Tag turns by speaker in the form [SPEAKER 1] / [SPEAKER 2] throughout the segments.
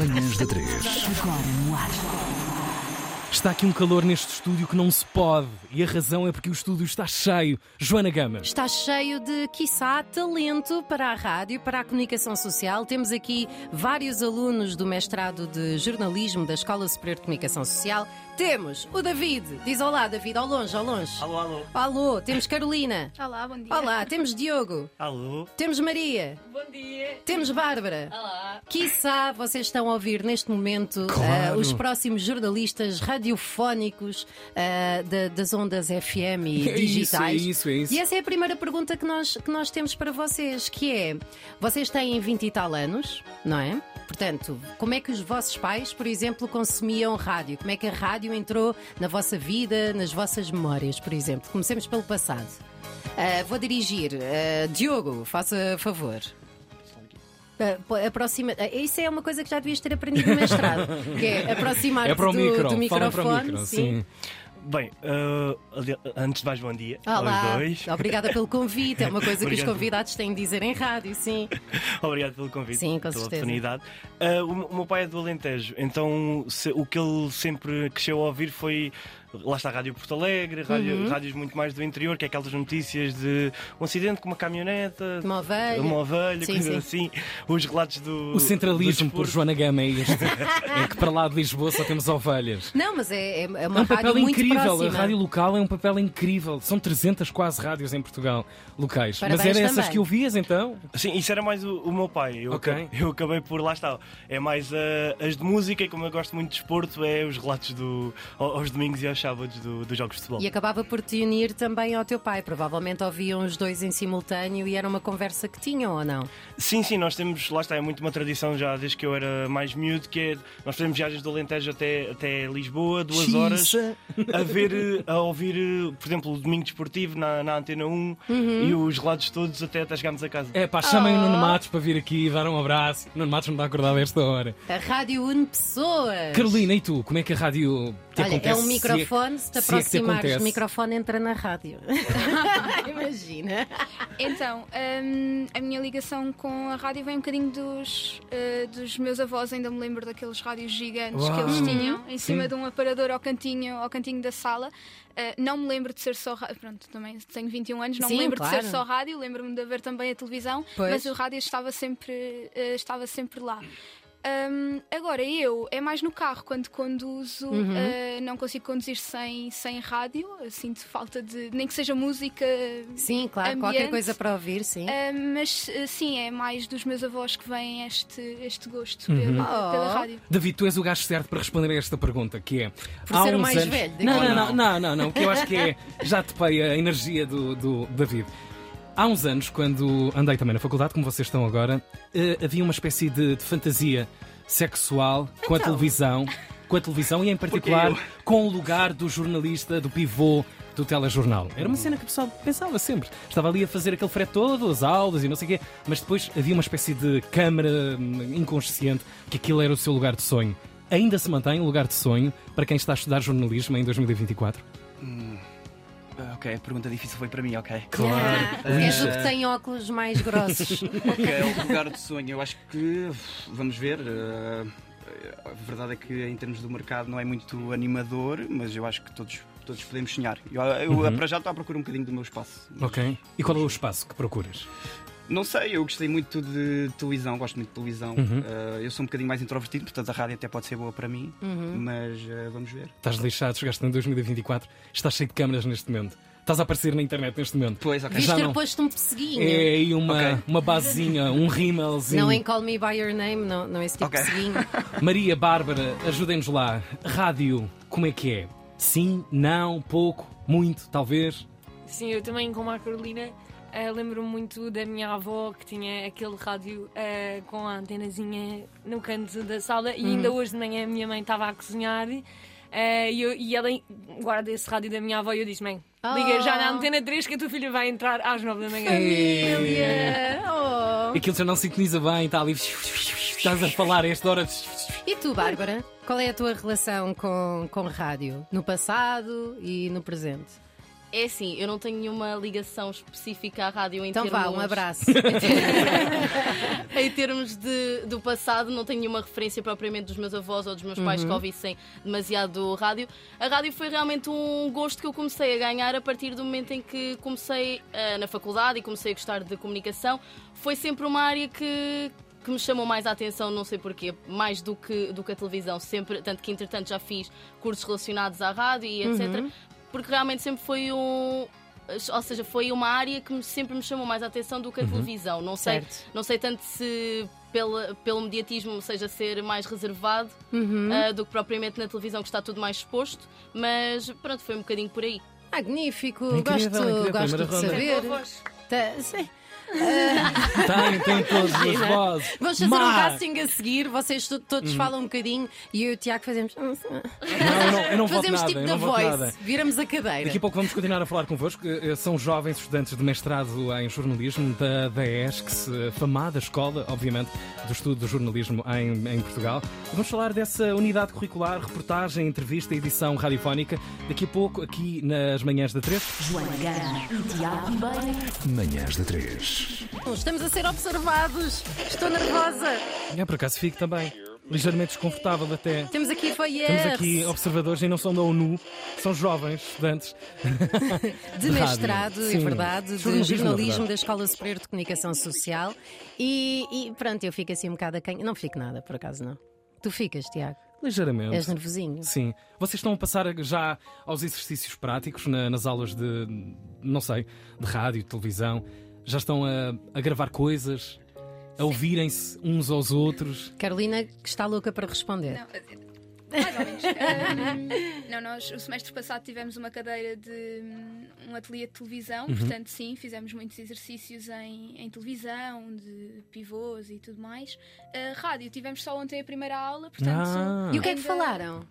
[SPEAKER 1] Manhãs da 3.
[SPEAKER 2] Agora no ar.
[SPEAKER 3] Está aqui um calor neste estúdio que não se pode e a razão é porque o estúdio está cheio. Joana Gama.
[SPEAKER 4] Está cheio de, quiçá, talento para a rádio, para a comunicação social. Temos aqui vários alunos do mestrado de jornalismo da Escola Superior de Comunicação Social. Temos o David. Diz olá, David, ao longe, ao longe. Alô, alô. Alô, temos Carolina.
[SPEAKER 5] Olá, bom dia.
[SPEAKER 4] Olá, temos Diogo.
[SPEAKER 6] Alô?
[SPEAKER 4] Temos Maria. Bom dia. Temos Bárbara. Olá. Quiçá vocês estão a ouvir neste momento
[SPEAKER 3] Claro.
[SPEAKER 4] ah, os próximos jornalistas radiofónicos ah, da- das ondas FM e
[SPEAKER 3] É
[SPEAKER 4] digitais.
[SPEAKER 3] isso, é isso, é isso.
[SPEAKER 4] E essa é a primeira pergunta que nós, que nós temos para vocês, que é... Vocês têm 20 e tal anos, não é? Portanto, como é que os vossos pais, por exemplo, consumiam rádio? Como é que a rádio entrou na vossa vida, nas vossas memórias, por exemplo? Comecemos pelo passado. Ah, vou dirigir. Ah, Diogo, faça favor. Ah, po- aproxima... ah, Isso é uma coisa que já devias ter aprendido no mestrado. que é aproximar-te
[SPEAKER 3] É para o
[SPEAKER 4] do,
[SPEAKER 3] micro.
[SPEAKER 4] do
[SPEAKER 3] Fala
[SPEAKER 4] microfone.
[SPEAKER 3] para o micro, sim.
[SPEAKER 6] Bem, ah, ali- antes de mais, bom dia aos
[SPEAKER 4] Olá, Tá.
[SPEAKER 6] dois.
[SPEAKER 4] obrigada pelo convite. É uma coisa que os
[SPEAKER 6] Obrigado.
[SPEAKER 4] convidados têm de dizer em rádio, sim.
[SPEAKER 6] Obrigado pelo convite,
[SPEAKER 4] Sim, com
[SPEAKER 6] pela
[SPEAKER 4] certeza.
[SPEAKER 6] oportunidade. Ah, o, meu- o meu pai é do Alentejo, então se- o que ele sempre cresceu a ouvir foi. Lá está a Rádio Porto Alegre, rádio-
[SPEAKER 4] Uhum.
[SPEAKER 6] rádios muito mais do interior, que é aquelas notícias de um acidente com uma caminhoneta,
[SPEAKER 4] Uma ovelha.
[SPEAKER 6] uma ovelha,
[SPEAKER 4] Sim,
[SPEAKER 6] coisas
[SPEAKER 4] sim.
[SPEAKER 6] assim. Os relatos do.
[SPEAKER 3] O centralismo
[SPEAKER 6] do
[SPEAKER 3] por
[SPEAKER 6] desporto.
[SPEAKER 3] Joana Gama é este. é que para lá de Lisboa só temos ovelhas.
[SPEAKER 4] Não, mas é, é- é uma
[SPEAKER 3] É um
[SPEAKER 4] rádio
[SPEAKER 3] papel
[SPEAKER 4] muito
[SPEAKER 3] incrível.
[SPEAKER 4] próxima.
[SPEAKER 3] A rádio local é um papel incrível. São 300 quase rádios em Portugal locais.
[SPEAKER 4] Parabéns
[SPEAKER 3] Mas era essas
[SPEAKER 4] também.
[SPEAKER 3] que ouvias então?
[SPEAKER 6] Sim, isso era mais o, o meu pai. Eu,
[SPEAKER 3] Ok.
[SPEAKER 6] acabei, eu acabei por lá está. É mais ah, as de música, e como eu gosto muito de desporto, é os relatos do, ao- aos domingos e aos sábados do- dos jogos de futebol.
[SPEAKER 4] E acabava por te unir também ao teu pai. Provavelmente ouviam os dois em simultâneo e era uma conversa que tinham ou não?
[SPEAKER 6] Sim, sim, nós temos, lá está, é muito uma tradição já desde que eu era mais miúdo, que é nós fazemos viagens do Alentejo até, até Lisboa, duas horas, a ver, eh, a ouvir, eh, por exemplo, o Domingo Desportivo na, na Antena 1 e os relatos todos até, até chegarmos a casa.
[SPEAKER 3] É pá, chamem o
[SPEAKER 4] Oh.
[SPEAKER 3] Nuno Matos para vir aqui e dar um abraço. Nuno Matos não está acordado a esta hora.
[SPEAKER 4] A rádio une pessoas.
[SPEAKER 3] Carolina, e tu? Como é que a rádio te
[SPEAKER 4] Olha,
[SPEAKER 3] acontece?
[SPEAKER 4] é um
[SPEAKER 3] se
[SPEAKER 4] microfone, se
[SPEAKER 3] se é
[SPEAKER 4] te
[SPEAKER 3] que te
[SPEAKER 4] aproximares
[SPEAKER 3] acontece?
[SPEAKER 4] do microfone, entra na rádio. Imagina.
[SPEAKER 5] Então, hum, a minha ligação com a rádio vem um bocadinho dos, eh, dos meus avós, ainda me lembro daqueles rádios gigantes
[SPEAKER 3] Uau.
[SPEAKER 5] que eles tinham em
[SPEAKER 3] Sim.
[SPEAKER 5] cima de um aparador ao cantinho, ao cantinho da sala. Eh, não me lembro de ser só rádio. Pronto, também tenho 21 anos, não
[SPEAKER 4] Sim,
[SPEAKER 5] me lembro de
[SPEAKER 4] claro.
[SPEAKER 5] ser só rádio, lembro-me de haver também a televisão,
[SPEAKER 4] Pois.
[SPEAKER 5] mas o rádio estava sempre, eh, estava sempre lá. Hum, agora eu é mais no carro quando conduzo
[SPEAKER 4] Uhum.
[SPEAKER 5] eh, não consigo conduzir sem, sem rádio eu sinto falta de nem que seja música
[SPEAKER 4] Sim, claro,
[SPEAKER 5] Ambiente.
[SPEAKER 4] qualquer coisa para ouvir, sim.
[SPEAKER 5] ah, mas ah, sim, é mais dos meus avós que vem este, este gosto pela,
[SPEAKER 4] Oh.
[SPEAKER 5] pela rádio.
[SPEAKER 3] David, tu és o gajo certo para responder a esta pergunta, que é.
[SPEAKER 4] Por
[SPEAKER 3] há
[SPEAKER 4] ser o
[SPEAKER 3] uns
[SPEAKER 4] mais
[SPEAKER 3] anos...
[SPEAKER 4] velho daqui.
[SPEAKER 3] Não,
[SPEAKER 4] Ou
[SPEAKER 3] não, não,
[SPEAKER 4] não?
[SPEAKER 3] não, não, não, que eu acho que é. Já topei a energia do, do David. Há uns anos, quando andei também na faculdade, como vocês estão agora, eh, havia uma espécie de, de fantasia sexual com a televisão, com a televisão e em particular com o lugar do jornalista, do pivô do telejornal. Era uma cena que o pessoal pensava sempre. Estava ali a fazer aquele frete todo, as aulas e não sei o quê, mas depois havia uma espécie de câmara hum, inconsciente que aquilo era o seu lugar de sonho. Ainda se mantém o lugar de sonho para quem está a estudar jornalismo em 2024?
[SPEAKER 7] Ah, Ok, a pergunta difícil foi para mim, ok.
[SPEAKER 4] És
[SPEAKER 3] É.
[SPEAKER 4] o É que tem óculos mais grossos.
[SPEAKER 7] Ok, é o lugar do sonho. Eu acho que uf, vamos ver. ah, A verdade é que em termos do mercado não é muito animador, mas eu acho que todos, todos podemos sonhar. Eu, eu, para já estou à procura um bocadinho do meu espaço.
[SPEAKER 3] Ok. E qual é o espaço que procuras?
[SPEAKER 7] Não sei, eu gostei muito de televisão, gosto muito de televisão. Ah, eu sou um bocadinho mais introvertido, portanto a rádio até pode ser boa para mim, mas ah, vamos ver.
[SPEAKER 3] Estás lixado, chegaste em 2024, estás cheio de câmaras neste momento. Estás a aparecer na internet neste momento.
[SPEAKER 7] Pois, ok.
[SPEAKER 4] Devias
[SPEAKER 3] Já
[SPEAKER 4] ter
[SPEAKER 3] não.
[SPEAKER 4] posto um pesseguinho.
[SPEAKER 3] É aí uma,
[SPEAKER 7] Ok.
[SPEAKER 3] uma basezinha, um rímelzinho.
[SPEAKER 4] Não em Call Me By Your Name, não, não esse tipo
[SPEAKER 7] Ok.
[SPEAKER 4] de pesseguinho.
[SPEAKER 3] Maria, Bárbara, ajudem-nos lá. Rádio, como é que é? Sim, não, pouco, muito, talvez.
[SPEAKER 8] Sim, eu também, como a Carolina, eh, lembro-me muito da minha avó que tinha aquele rádio eh, com a antenazinha no canto da sala e ainda hoje de manhã a minha mãe estava a cozinhar eh, e, eu- e ela guarda esse rádio da minha avó e eu disse, mãe, liga já na antena 3 que a tua filha vai entrar às 9 da manhã.
[SPEAKER 4] Família! Oh.
[SPEAKER 3] É. Aquilo já não sintoniza bem, está ali. Estás a falar a esta hora.
[SPEAKER 4] E tu, Bárbara? Qual é a tua relação com, com rádio? No passado e no presente?
[SPEAKER 1] É assim, eu não tenho nenhuma ligação específica à rádio em
[SPEAKER 4] Então
[SPEAKER 1] termos...
[SPEAKER 4] vá, um abraço.
[SPEAKER 1] em termos de, do passado, não tenho nenhuma referência propriamente dos meus avós ou dos meus pais que ouvissem demasiado rádio. A rádio foi realmente um gosto que eu comecei a ganhar a partir do momento em que comecei ah, na faculdade e comecei a gostar de comunicação. Foi sempre uma área que que me chamou mais a atenção, não sei porquê, mais do que, do que a televisão, sempre, tanto que entretanto já fiz cursos relacionados à rádio e etc. Porque realmente sempre foi um. Ou seja, foi uma área que me- sempre me chamou mais a atenção do que a televisão. Não sei,
[SPEAKER 4] Certo.
[SPEAKER 1] não sei tanto se pela, pelo mediatismo seja ser mais reservado ah, do que propriamente na televisão, que está tudo mais exposto, mas pronto, foi um bocadinho por aí.
[SPEAKER 4] Magnífico,
[SPEAKER 3] Incrível,
[SPEAKER 4] gosto,
[SPEAKER 3] incrível,
[SPEAKER 4] gosto
[SPEAKER 3] primeira
[SPEAKER 4] de
[SPEAKER 3] ronda.
[SPEAKER 4] saber.
[SPEAKER 8] Boa voz.
[SPEAKER 4] Tá- sim.
[SPEAKER 3] Tem, tem todas
[SPEAKER 4] é?
[SPEAKER 3] as vozes.
[SPEAKER 4] Vamos fazer um
[SPEAKER 3] Mas-
[SPEAKER 4] casting a seguir, vocês to- todos
[SPEAKER 3] Hum.
[SPEAKER 4] falam um bocadinho e eu e o Tiago fazemos. hum,
[SPEAKER 3] Não, eu não, eu não voto
[SPEAKER 4] fazemos
[SPEAKER 3] nada.
[SPEAKER 4] tipo
[SPEAKER 3] eu
[SPEAKER 4] da
[SPEAKER 3] não voto
[SPEAKER 4] voice,
[SPEAKER 3] nada.
[SPEAKER 4] viramos a cadeira.
[SPEAKER 3] Daqui a pouco vamos continuar a falar convosco. Eh, eh, São jovens estudantes de mestrado em jornalismo da, da ESCS, eh, famada escola, obviamente, do estudo do jornalismo em, em Portugal. Vamos falar dessa unidade curricular, reportagem, entrevista, edição radiofónica. Daqui a pouco, aqui nas manhãs da 3.
[SPEAKER 2] Joana Gama e Tiago Ribeiro.
[SPEAKER 9] Manhãs da 3.
[SPEAKER 4] Estamos a ser observados, estou nervosa.
[SPEAKER 3] É, por acaso fico também. Ligeiramente desconfortável até.
[SPEAKER 4] Temos aqui
[SPEAKER 3] Temos
[SPEAKER 4] foyeres
[SPEAKER 3] aqui observadores e não são da ONU, são jovens estudantes.
[SPEAKER 4] de
[SPEAKER 3] rádio.
[SPEAKER 4] mestrado, é
[SPEAKER 3] Sim.
[SPEAKER 4] verdade, de
[SPEAKER 3] Jornalismo, na verdade.
[SPEAKER 4] jornalismo da Escola Superior de Comunicação Social. E, e pronto, eu fico assim um bocado a canha. Não fico nada, por acaso não. Tu ficas, Tiago,
[SPEAKER 3] Ligeiramente.
[SPEAKER 4] és nervosinho.
[SPEAKER 3] Sim. Vocês estão a passar já aos exercícios práticos na- nas aulas de, não sei, de rádio, de televisão? Já estão a, a gravar coisas? A ouvirem-se uns aos outros?
[SPEAKER 4] Carolina, que está louca para responder.
[SPEAKER 5] Não, eh, mais ou menos. Ahm, não, nós o semestre passado tivemos uma cadeira de hum, um ateliê de televisão,
[SPEAKER 4] Uhum.
[SPEAKER 5] portanto, sim, fizemos muitos exercícios em, em televisão, de pivôs e tudo mais. Ah, rádio, tivemos só ontem a primeira aula, portanto.
[SPEAKER 3] Ah.
[SPEAKER 4] E o que é que
[SPEAKER 5] ainda-
[SPEAKER 4] falaram?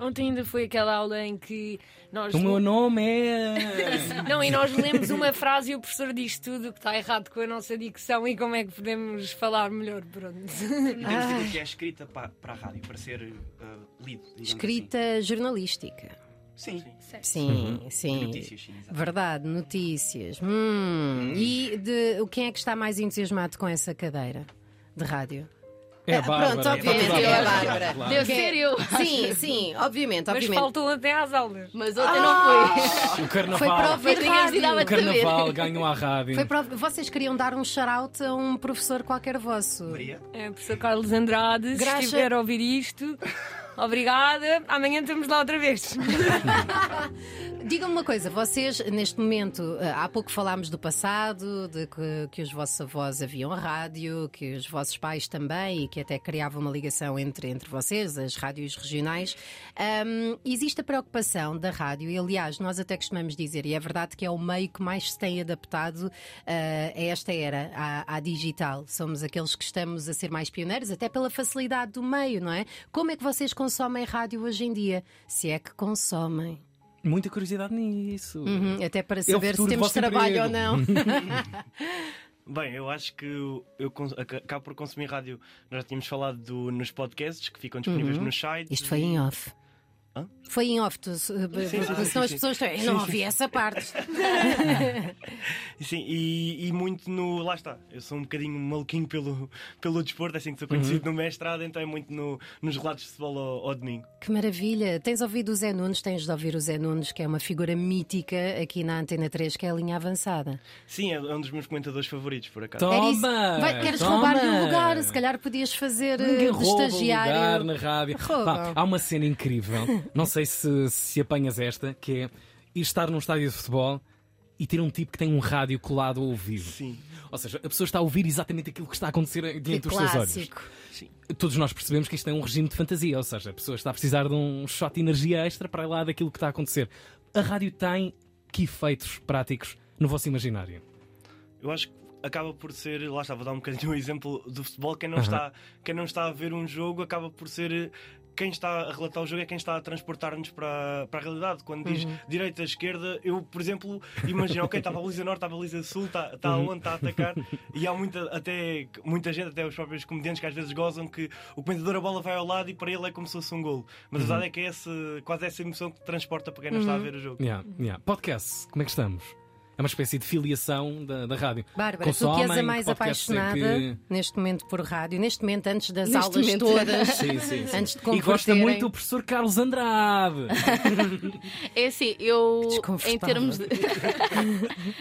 [SPEAKER 8] Ontem ainda foi aquela aula em que nós.
[SPEAKER 3] O meu nome é.
[SPEAKER 8] Não, e nós lemos uma frase e o professor diz tudo o que está errado com a nossa dicção e como é que podemos falar melhor. Pronto.
[SPEAKER 7] Temos de dizer que é escrita pa- para, a rádio, para ser eh, lido. digamos
[SPEAKER 4] Escrita jornalística.
[SPEAKER 7] Assim. Sim.
[SPEAKER 5] Certo.
[SPEAKER 4] Sim, sim.
[SPEAKER 3] Uhum.
[SPEAKER 7] assim. Notícias, sim, exato.
[SPEAKER 4] Verdade, notícias.
[SPEAKER 3] Uhum.
[SPEAKER 4] Hum. E de, quem é que está mais entusiasmado com essa cadeira de rádio?
[SPEAKER 3] É a
[SPEAKER 4] Ah,
[SPEAKER 3] Bárbara.
[SPEAKER 4] pronto,
[SPEAKER 3] Está
[SPEAKER 4] obviamente,
[SPEAKER 3] tudo à
[SPEAKER 4] é a
[SPEAKER 3] Bárbara,
[SPEAKER 4] Bárbara.
[SPEAKER 3] claro.
[SPEAKER 1] Deu
[SPEAKER 4] Que-
[SPEAKER 1] ser eu,
[SPEAKER 4] Sim, sim, obviamente,
[SPEAKER 8] Mas
[SPEAKER 4] obviamente.
[SPEAKER 8] faltou até às aulas.
[SPEAKER 1] mas ontem não foi.
[SPEAKER 3] O
[SPEAKER 4] Foi para
[SPEAKER 3] carnaval.
[SPEAKER 1] Mas
[SPEAKER 4] ouvir
[SPEAKER 1] ninguém
[SPEAKER 4] rádio.
[SPEAKER 1] dava
[SPEAKER 3] O
[SPEAKER 1] de saber.
[SPEAKER 3] carnaval ganhou à rádio.
[SPEAKER 4] Foi para... Vocês queriam dar um shout-out a um professor qualquer vosso.
[SPEAKER 7] Maria,
[SPEAKER 8] É, professor Carlos Andrade,
[SPEAKER 4] Graxa.
[SPEAKER 8] se estiver a ouvir isto, obrigada. Amanhã estamos lá outra vez.
[SPEAKER 4] Digam-me uma coisa, vocês neste momento, eh, há pouco falámos do passado, de que, que os vossos avós haviam a rádio, que os vossos pais também e que até criava uma ligação entre, entre vocês, as rádios regionais. Ahm, existe a preocupação da rádio, e aliás, nós até costumamos dizer, e é verdade que é o meio que mais se tem adaptado eh, a esta era, à, à digital. Somos aqueles que estamos a ser mais pioneiros, até pela facilidade do meio, não é? Como é que vocês consomem rádio hoje em dia? Se é que consomem.
[SPEAKER 3] Muita curiosidade nisso.
[SPEAKER 4] Uhum, até para
[SPEAKER 3] É o
[SPEAKER 4] saber se
[SPEAKER 3] futuro do
[SPEAKER 4] temos
[SPEAKER 3] vosso
[SPEAKER 4] trabalho
[SPEAKER 3] emprego.
[SPEAKER 4] ou não.
[SPEAKER 6] Bem, eu acho que eu, cons- ac- acabo por consumir rádio. Nós já tínhamos falado do- nos podcasts que ficam disponíveis no site.
[SPEAKER 4] Uhum. Isto foi em off.
[SPEAKER 6] Hã?
[SPEAKER 4] Foi em off, tu, se- b-
[SPEAKER 6] sim,
[SPEAKER 4] porque
[SPEAKER 6] sim,
[SPEAKER 4] senão as
[SPEAKER 6] sim.
[SPEAKER 4] pessoas estão. Eu não ouvi essa parte.
[SPEAKER 6] Sim, e, e muito no. Lá está. Eu sou um bocadinho maluquinho pelo, pelo desporto, é assim que sou conhecido
[SPEAKER 4] Uhum.
[SPEAKER 6] no mestrado, então é muito no- nos relatos de futebol ao, ao domingo.
[SPEAKER 4] Que maravilha! Tens ouvido o Zé Nunes, tens de ouvir o Zé Nunes, que é uma figura mítica aqui na Antena 3, que é a linha avançada.
[SPEAKER 6] Sim, é um dos meus comentadores favoritos, por acaso.
[SPEAKER 4] Era isso.
[SPEAKER 3] Toma!
[SPEAKER 4] Vai- queres
[SPEAKER 3] toma.
[SPEAKER 4] roubar-lhe um lugar? Se calhar podias fazer eh,
[SPEAKER 3] Ninguém
[SPEAKER 4] de
[SPEAKER 3] rouba
[SPEAKER 4] estagiário.
[SPEAKER 3] lugar na rádio.
[SPEAKER 4] Roubam.
[SPEAKER 3] Pá, há uma cena incrível, não sei se, se apanhas esta, que é ir estar num estádio de futebol e ter um tipo que tem um rádio colado ao ouvido.
[SPEAKER 6] Sim.
[SPEAKER 3] Ou seja, a pessoa está a ouvir exatamente aquilo que está a acontecer
[SPEAKER 4] Que
[SPEAKER 3] diante dos seus olhos.
[SPEAKER 4] clássico.
[SPEAKER 3] Todos nós percebemos que isto é um regime de fantasia, ou seja, a pessoa está a precisar de um shot de energia extra para ir lá daquilo que está a acontecer. A rádio tem que efeitos práticos no vosso imaginário?
[SPEAKER 6] Eu acho que acaba por ser, lá está, vou dar um bocadinho o exemplo do futebol, quem não, está, quem não está a ver um jogo acaba por ser. Quem está a relatar o jogo é quem está a transportar-nos para, para a realidade. Quando diz direita, esquerda, eu, por exemplo, imagino, ok, está a baliza norte, está a baliza sul, está, está onde está a atacar, e há muita, até, muita gente, até os próprios comediantes, que às vezes gozam que o comentador a bola vai ao lado e para ele é como se fosse um golo. Mas a verdade é que é esse, quase essa emoção que transporta para quem não está a ver o jogo.
[SPEAKER 3] Yeah, yeah. Podcast, como é que estamos? É uma espécie de filiação da, da rádio.
[SPEAKER 4] Bárbara, tu que
[SPEAKER 3] Consomem
[SPEAKER 4] és a mais
[SPEAKER 3] podcasts em
[SPEAKER 4] apaixonada
[SPEAKER 3] que-
[SPEAKER 4] neste momento por rádio, neste momento, antes das
[SPEAKER 1] Neste
[SPEAKER 4] aulas
[SPEAKER 1] momento.
[SPEAKER 4] todas,
[SPEAKER 3] Sim, sim, sim.
[SPEAKER 4] antes de
[SPEAKER 3] E
[SPEAKER 4] converterem.
[SPEAKER 3] gosta muito do professor Carlos Andrade.
[SPEAKER 1] É assim, eu em
[SPEAKER 4] desconfortável.
[SPEAKER 1] termos de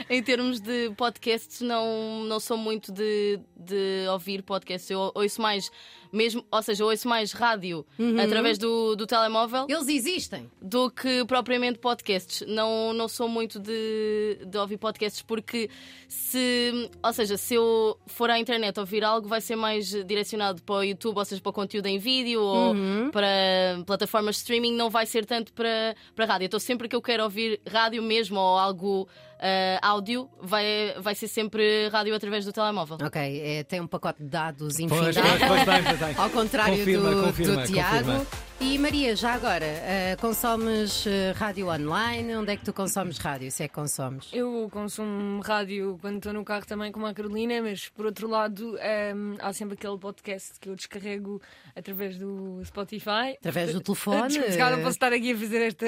[SPEAKER 1] em termos de podcasts não, não sou muito de, de ouvir podcasts. Eu ouço mais mesmo, ou seja, eu ouço mais rádio através do, do telemóvel
[SPEAKER 4] Eles existem.
[SPEAKER 1] do que propriamente podcasts. Não, não sou muito de, de ouvir podcasts porque se, ou seja, se eu for à internet ouvir algo, vai ser mais direcionado para o YouTube, ou seja, para o conteúdo em vídeo ou para plataformas de streaming, não vai ser tanto para, para rádio. Então sempre que eu quero ouvir rádio mesmo ou algo ah, áudio, vai, vai ser sempre rádio através do telemóvel.
[SPEAKER 4] Ok, é, tem um pacote de dados
[SPEAKER 3] Pois, pois,
[SPEAKER 4] infindável.
[SPEAKER 3] pois, tem, pois, tem.
[SPEAKER 4] Ao contrário
[SPEAKER 3] Confirma,
[SPEAKER 4] do,
[SPEAKER 3] confirma,
[SPEAKER 4] do Tiago.
[SPEAKER 3] confirma.
[SPEAKER 4] E Maria, já agora, eh, consomes eh, rádio online? Onde é que tu consomes rádio? Se é que consomes?
[SPEAKER 8] Eu consumo rádio quando estou no carro também, como a Carolina, mas por outro lado, ehm, há sempre aquele podcast que eu descarrego através do Spotify.
[SPEAKER 4] Através do telefone?
[SPEAKER 8] Desculpe, se calhar não posso estar aqui a fazer esta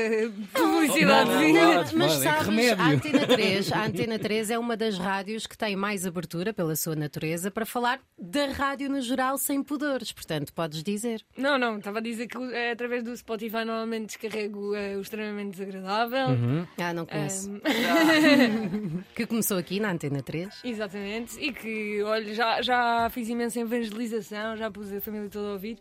[SPEAKER 8] publicidade.
[SPEAKER 3] Não, não, não.
[SPEAKER 4] Mas, mas
[SPEAKER 3] Olha, que
[SPEAKER 4] sabes,
[SPEAKER 3] remédio.
[SPEAKER 4] a Antena, 3, a Antena 3 é uma das rádios que tem mais abertura, pela sua natureza, para falar da rádio no geral sem pudores. Portanto, podes dizer.
[SPEAKER 8] Não, não, estava a dizer que eh, através do Spotify normalmente descarrego eh, o extremamente desagradável. Hum,
[SPEAKER 4] Ah, não conheço.
[SPEAKER 8] Ehm,
[SPEAKER 4] Que começou aqui na Antena 3.
[SPEAKER 8] Exatamente, e que, olha, já, já fiz imensa evangelização, já pus a família toda a ouvir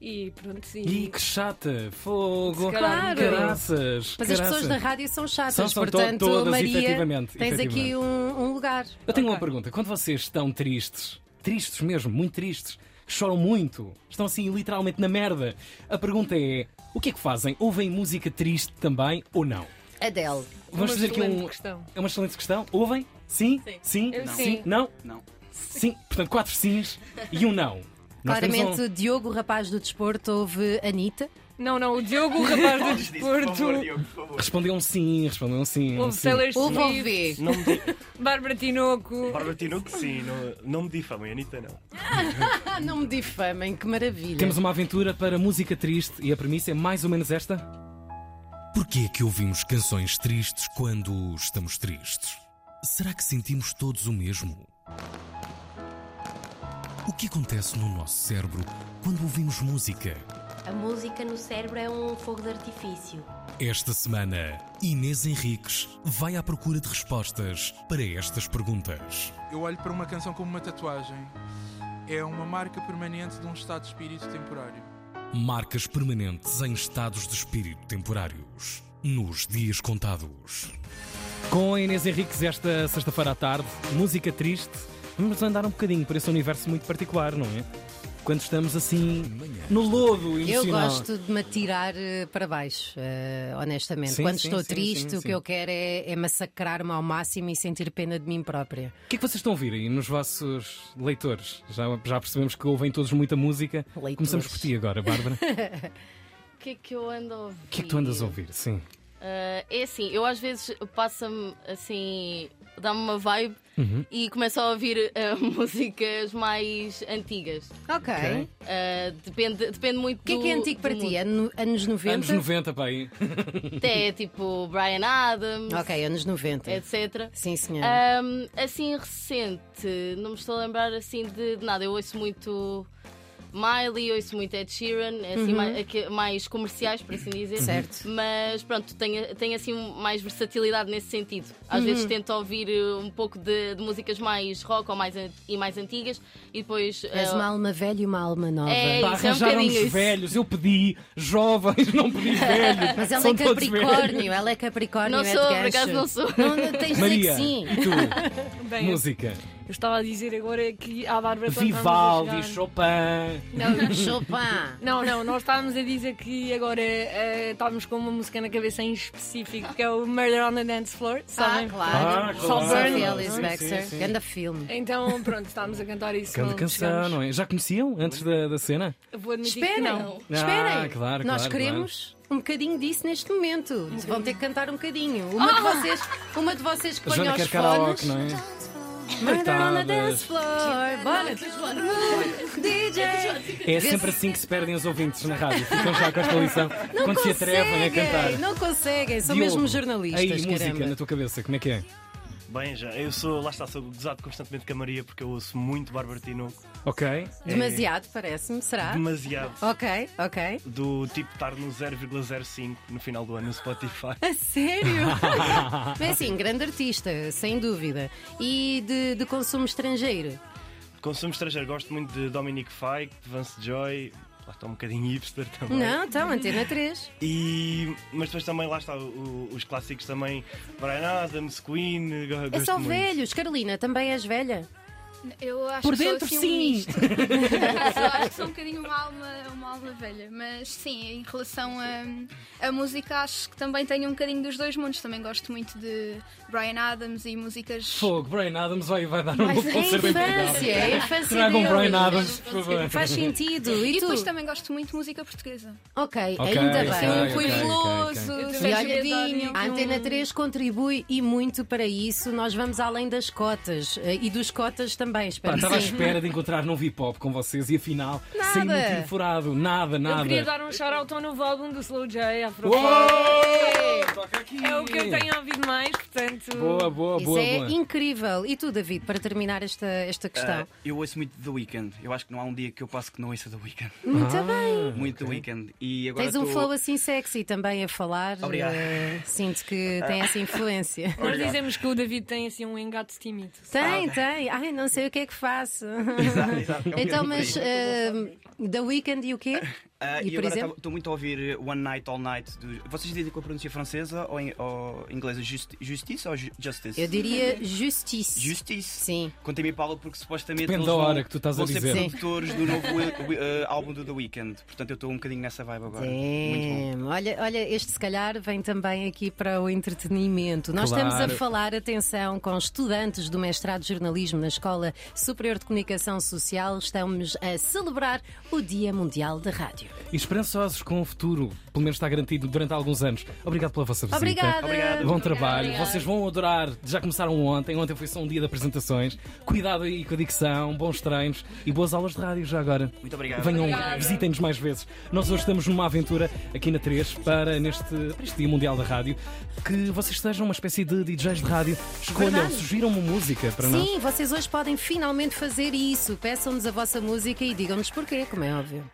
[SPEAKER 8] e pronto, sim. um
[SPEAKER 3] Ih, que chata! Fogo!
[SPEAKER 8] Se calhar.
[SPEAKER 3] Caraças!
[SPEAKER 4] Mas
[SPEAKER 3] caraças.
[SPEAKER 4] as pessoas da rádio são chatas,
[SPEAKER 3] São- são to-
[SPEAKER 4] portanto,
[SPEAKER 3] todas,
[SPEAKER 4] Maria,
[SPEAKER 3] efetivamente,
[SPEAKER 4] tens aqui
[SPEAKER 3] efetivamente.
[SPEAKER 4] um, um lugar.
[SPEAKER 3] Eu tenho uma pergunta. Quando vocês estão tristes, tristes mesmo, muito tristes, choram muito, estão assim literalmente na merda, a pergunta é: o que é que fazem? Ouvem música triste também ou não?
[SPEAKER 4] Adele.
[SPEAKER 3] Vamos
[SPEAKER 8] É Uma
[SPEAKER 3] fazer aqui
[SPEAKER 8] excelente
[SPEAKER 3] um.
[SPEAKER 8] questão.
[SPEAKER 3] É uma excelente questão. Ouvem? Sim? Sim?
[SPEAKER 1] Sim.
[SPEAKER 8] Eu
[SPEAKER 3] Não?
[SPEAKER 8] sim.
[SPEAKER 3] Não?
[SPEAKER 7] Não.
[SPEAKER 3] Sim. Portanto, quatro sims e um não. Nós temos um-
[SPEAKER 4] Claramente, Diogo, rapaz do desporto, ouve Anitta.
[SPEAKER 8] Não, não, o Diogo, o rapaz do
[SPEAKER 7] Por favor,
[SPEAKER 8] desporto,
[SPEAKER 7] Diogo, por favor.
[SPEAKER 3] um... Respondeu um sim, respondeu um sim. um
[SPEAKER 8] houve
[SPEAKER 3] sim.
[SPEAKER 8] Taylor
[SPEAKER 4] Ouve
[SPEAKER 8] Swift,
[SPEAKER 4] ouvir.
[SPEAKER 6] Não me, di-
[SPEAKER 8] Bárbara Tinoco.
[SPEAKER 6] Bárbara Tinoco, sim, não, não me difamem, Anitta não.
[SPEAKER 4] Ah, não me difamem, que maravilha.
[SPEAKER 3] Temos uma aventura para música triste e a premissa é mais ou menos esta.
[SPEAKER 9] Porquê é que ouvimos canções tristes quando estamos tristes? Será que sentimos todos o mesmo? O que acontece no nosso cérebro quando ouvimos música?
[SPEAKER 2] A música no cérebro é um fogo de artifício.
[SPEAKER 9] Esta semana, Inês Henriques vai à procura de respostas para estas perguntas.
[SPEAKER 10] Eu olho para uma canção como uma tatuagem. É uma marca permanente de um estado de espírito temporário.
[SPEAKER 9] Marcas permanentes em estados de espírito temporários. Nos dias contados.
[SPEAKER 3] Com a Inês Henriques esta sexta-feira à tarde, música triste, vamos andar um bocadinho por esse universo muito particular, não é? Quando estamos assim no lodo
[SPEAKER 4] Eu
[SPEAKER 3] emocional.
[SPEAKER 4] gosto de me atirar eh, para baixo, eh, honestamente.
[SPEAKER 3] Sim,
[SPEAKER 4] Quando
[SPEAKER 3] sim,
[SPEAKER 4] estou
[SPEAKER 3] sim,
[SPEAKER 4] triste,
[SPEAKER 3] sim,
[SPEAKER 4] o
[SPEAKER 3] sim.
[SPEAKER 4] que eu quero é, é massacrar-me ao máximo e sentir pena de mim própria.
[SPEAKER 3] O que é que vocês estão a ouvir aí nos vossos leitores? Já, já percebemos que ouvem todos muita música.
[SPEAKER 4] Leitores.
[SPEAKER 3] Começamos por ti agora, Bárbara. O
[SPEAKER 1] O que é que eu ando a ouvir?
[SPEAKER 3] que é que tu andas a ouvir? Sim.
[SPEAKER 1] Ah, é assim, eu às vezes passa-me assim, dá-me uma vibe
[SPEAKER 3] Uhum.
[SPEAKER 1] e começo a ouvir ah, músicas mais antigas.
[SPEAKER 4] Ok.
[SPEAKER 3] Ok.
[SPEAKER 1] Ah, depende, depende muito
[SPEAKER 4] O que é que é antigo para ti? Ano- anos 90?
[SPEAKER 3] Anos 90, pá aí.
[SPEAKER 1] Até tipo Brian Adams,
[SPEAKER 4] Ok, anos 90.
[SPEAKER 1] É etc.
[SPEAKER 4] Sim, senhora.
[SPEAKER 1] Ah, Ahm, assim, recente, não me estou a lembrar assim de, de nada. Eu ouço muito Miley, ouço muito Ed Sheeran, é assim, mais, aque- mais comerciais, por assim dizer.
[SPEAKER 4] Uhum. Certo.
[SPEAKER 1] Mas pronto, tenho, tenho assim mais versatilidade nesse sentido. Às
[SPEAKER 4] Uhum.
[SPEAKER 1] vezes tento ouvir eh, um pouco de, de músicas mais rock ou mais, an- e mais antigas e depois.
[SPEAKER 4] És
[SPEAKER 1] eh,
[SPEAKER 4] uma alma velha e uma alma nova.
[SPEAKER 1] É
[SPEAKER 3] Pá,
[SPEAKER 1] isso, é um
[SPEAKER 3] arranjaram-nos
[SPEAKER 1] bocadinho isso.
[SPEAKER 3] velhos. Eu pedi jovens, não pedi velhos.
[SPEAKER 4] Mas ela
[SPEAKER 3] São
[SPEAKER 4] é
[SPEAKER 3] todos velhos.
[SPEAKER 4] Capricórnio, ela é Capricórnio.
[SPEAKER 1] Não
[SPEAKER 4] é
[SPEAKER 1] sou,
[SPEAKER 4] de
[SPEAKER 1] por acaso
[SPEAKER 4] gancho.
[SPEAKER 1] não sou.
[SPEAKER 4] Não, não tens de dizer
[SPEAKER 3] Maria,
[SPEAKER 4] que sim.
[SPEAKER 3] e tu?
[SPEAKER 8] Bem,
[SPEAKER 3] música.
[SPEAKER 8] Eu estava a dizer agora que a Bárbara quando estávamos a
[SPEAKER 3] Vivaldi,
[SPEAKER 8] jogar-
[SPEAKER 3] Chopin.
[SPEAKER 8] Não,
[SPEAKER 4] Chopin.
[SPEAKER 8] Não, não, nós estávamos a dizer que agora eh, estávamos com uma música na cabeça em específico, que é o Murder on the Dance Floor,
[SPEAKER 4] Ah,
[SPEAKER 8] sabem?
[SPEAKER 4] claro.
[SPEAKER 3] claro.
[SPEAKER 8] Salve.
[SPEAKER 4] Sophie Ellis
[SPEAKER 3] Sim,
[SPEAKER 4] Baxter.
[SPEAKER 3] sim, sim.
[SPEAKER 4] Ganda filme.
[SPEAKER 8] Então, pronto, estávamos a cantar isso.
[SPEAKER 3] Grande
[SPEAKER 8] quando
[SPEAKER 3] canção,
[SPEAKER 8] chegamos.
[SPEAKER 3] não é? Já conheciam antes da, da cena?
[SPEAKER 8] Vou admitir que
[SPEAKER 4] Esperem,
[SPEAKER 8] não.
[SPEAKER 4] esperem.
[SPEAKER 3] Ah, claro,
[SPEAKER 4] Nós
[SPEAKER 3] claro,
[SPEAKER 4] queremos um bocadinho disso neste momento. Vão ter que cantar um bocadinho. Uma de
[SPEAKER 1] Ah!
[SPEAKER 4] vocês, uma de vocês que
[SPEAKER 3] A
[SPEAKER 4] ponha
[SPEAKER 3] Joana quer
[SPEAKER 4] os
[SPEAKER 3] karaoke,
[SPEAKER 4] fones.
[SPEAKER 3] não é?
[SPEAKER 4] Murder on the
[SPEAKER 3] Coitadas.
[SPEAKER 4] dance floor. Bora, DJ.
[SPEAKER 3] É sempre assim que se perdem os ouvintes na rádio. Ficam já com esta lição
[SPEAKER 4] Não
[SPEAKER 3] quando se atrevem a cantar.
[SPEAKER 4] conseguem, não conseguem. São
[SPEAKER 3] Diogo,
[SPEAKER 4] mesmo jornalistas,
[SPEAKER 3] Aí,
[SPEAKER 4] caramba.
[SPEAKER 3] música na tua cabeça, como é que é?
[SPEAKER 6] Bem, já, eu sou, lá está, sou gozado constantemente com a Maria porque eu ouço muito Bárbara Tinoco.
[SPEAKER 3] Ok.
[SPEAKER 4] Demasiado, parece-me, será?
[SPEAKER 6] Demasiado.
[SPEAKER 4] Ok, ok.
[SPEAKER 6] Do tipo estar no 0,05 no final do ano no Spotify.
[SPEAKER 4] A sério? Mas assim, grande artista, sem dúvida. E de, de consumo estrangeiro?
[SPEAKER 6] Consumo estrangeiro, gosto muito de Dominic Fike, de Vance Joy. Lá está um bocadinho hipster também.
[SPEAKER 4] Não, então, Antena 3.
[SPEAKER 6] E, mas depois também lá está o- os clássicos também. Brian Adams, Queen. go-
[SPEAKER 4] É
[SPEAKER 6] gosto
[SPEAKER 4] só
[SPEAKER 6] muito.
[SPEAKER 4] velhos. Carolina, também és velha?
[SPEAKER 5] Eu acho
[SPEAKER 4] Por
[SPEAKER 5] que sou
[SPEAKER 4] dentro,
[SPEAKER 5] assim um
[SPEAKER 4] sim.
[SPEAKER 5] misto. Eu acho que sou um bocadinho uma alma, uma alma velha. Mas sim, em relação a, a música, acho que também tenho um bocadinho dos dois mundos. Também gosto muito de Brian Adams e músicas.
[SPEAKER 3] Fogo, Brian Adams vai, vai dar um novo
[SPEAKER 4] é
[SPEAKER 3] concerto em Portugal.
[SPEAKER 4] infância, é infância
[SPEAKER 3] Tragam
[SPEAKER 4] deles.
[SPEAKER 3] Brian Adams, por favor.
[SPEAKER 4] Faz sentido. E,
[SPEAKER 5] E
[SPEAKER 4] tu?
[SPEAKER 5] depois também gosto muito de música portuguesa.
[SPEAKER 4] Ok,
[SPEAKER 3] Ok,
[SPEAKER 4] ainda
[SPEAKER 3] ok,
[SPEAKER 4] bem. Um
[SPEAKER 3] ok, ok,
[SPEAKER 1] Rui
[SPEAKER 3] ok.
[SPEAKER 1] Veloso,
[SPEAKER 4] E
[SPEAKER 1] Sérgio
[SPEAKER 4] olha,
[SPEAKER 1] Godinho.
[SPEAKER 4] a Antena 3 contribui e muito para isso. Nós vamos além das cotas eh, e dos cotas também,
[SPEAKER 3] Pá,
[SPEAKER 4] espero
[SPEAKER 3] estava à
[SPEAKER 4] que sim.
[SPEAKER 3] espera de encontrar novo hip hop com vocês e afinal, sem
[SPEAKER 4] Nada.
[SPEAKER 3] motivo furado, nada,
[SPEAKER 8] Eu
[SPEAKER 3] nada.
[SPEAKER 8] queria dar um shout-out ao novo álbum do Slow J, a
[SPEAKER 3] Uou!
[SPEAKER 8] É o que eu tenho ouvido mais, portanto.
[SPEAKER 3] Boa, boa,
[SPEAKER 4] Isso
[SPEAKER 3] Oh, boa,
[SPEAKER 4] é
[SPEAKER 3] boa.
[SPEAKER 4] incrível. E tu, David, para terminar esta, esta questão?
[SPEAKER 7] Ah, eu ouço muito The Weeknd. Eu acho que não há um dia que eu passo que não ouça The Weeknd.
[SPEAKER 4] muito
[SPEAKER 3] Ah.
[SPEAKER 4] bem.
[SPEAKER 7] Muito The Weeknd. E agora
[SPEAKER 4] Tens um
[SPEAKER 7] tô-
[SPEAKER 4] flow assim sexy também a falar.
[SPEAKER 7] Obrigado. Ah.
[SPEAKER 4] eh, sinto que tem essa influência.
[SPEAKER 8] Nós dizemos que o David tem assim um engate tímido.
[SPEAKER 4] Tem, tem. Ai, não sei o que é que faço.
[SPEAKER 7] Exato, exato. É um
[SPEAKER 4] Então,
[SPEAKER 7] bocadinho
[SPEAKER 4] mas
[SPEAKER 7] por aí.
[SPEAKER 4] eh, The Weeknd e o quê?
[SPEAKER 7] Ah,
[SPEAKER 4] e
[SPEAKER 7] e
[SPEAKER 4] por exemplo?
[SPEAKER 7] agora estou muito a ouvir One Night All Night. Do... Vocês dizem com a pronúncia é francesa ou, em, ou inglesa Justi- Justice ou Ju- Justice?
[SPEAKER 4] Eu diria Justice.
[SPEAKER 7] Justice.
[SPEAKER 4] Sim.
[SPEAKER 7] Contem-me Paulo porque supostamente
[SPEAKER 3] Depende
[SPEAKER 7] eles
[SPEAKER 3] da
[SPEAKER 7] vão,
[SPEAKER 3] hora que tu estás a
[SPEAKER 7] vão ser
[SPEAKER 3] dizer.
[SPEAKER 4] Sim.
[SPEAKER 7] produtores do novo eh, eh, álbum do The Weeknd. Portanto, eu estou um bocadinho nessa vibe agora. Muito bom.
[SPEAKER 4] Damn. Olha, olha, este se calhar vem também aqui para o entretenimento. Nós
[SPEAKER 3] Claro.
[SPEAKER 4] estamos a falar, atenção, com estudantes do mestrado de jornalismo na Escola Superior de Comunicação Social. Estamos a celebrar o Dia Mundial da Rádio.
[SPEAKER 3] E esperançosos com o futuro, pelo menos está garantido durante alguns anos. Obrigado pela vossa visita.
[SPEAKER 4] Obrigada.
[SPEAKER 7] Obrigado.
[SPEAKER 3] Bom trabalho, vocês vão adorar. Já começaram ontem, ontem foi só um dia de apresentações. Cuidado aí com a dicção, bons treinos e boas aulas de rádio já agora.
[SPEAKER 7] Muito obrigado.
[SPEAKER 3] Venham, visitem-nos mais vezes. Nós hoje estamos numa aventura aqui na 3 para neste, para este Dia Mundial da Rádio. Que vocês sejam uma espécie de DJs de rádio. Escolham,
[SPEAKER 4] Verdade.
[SPEAKER 3] sugiram uma música para nós.
[SPEAKER 4] Sim, vocês hoje podem finalmente fazer isso. Peçam-nos a vossa música e digam-nos porquê, como é óbvio.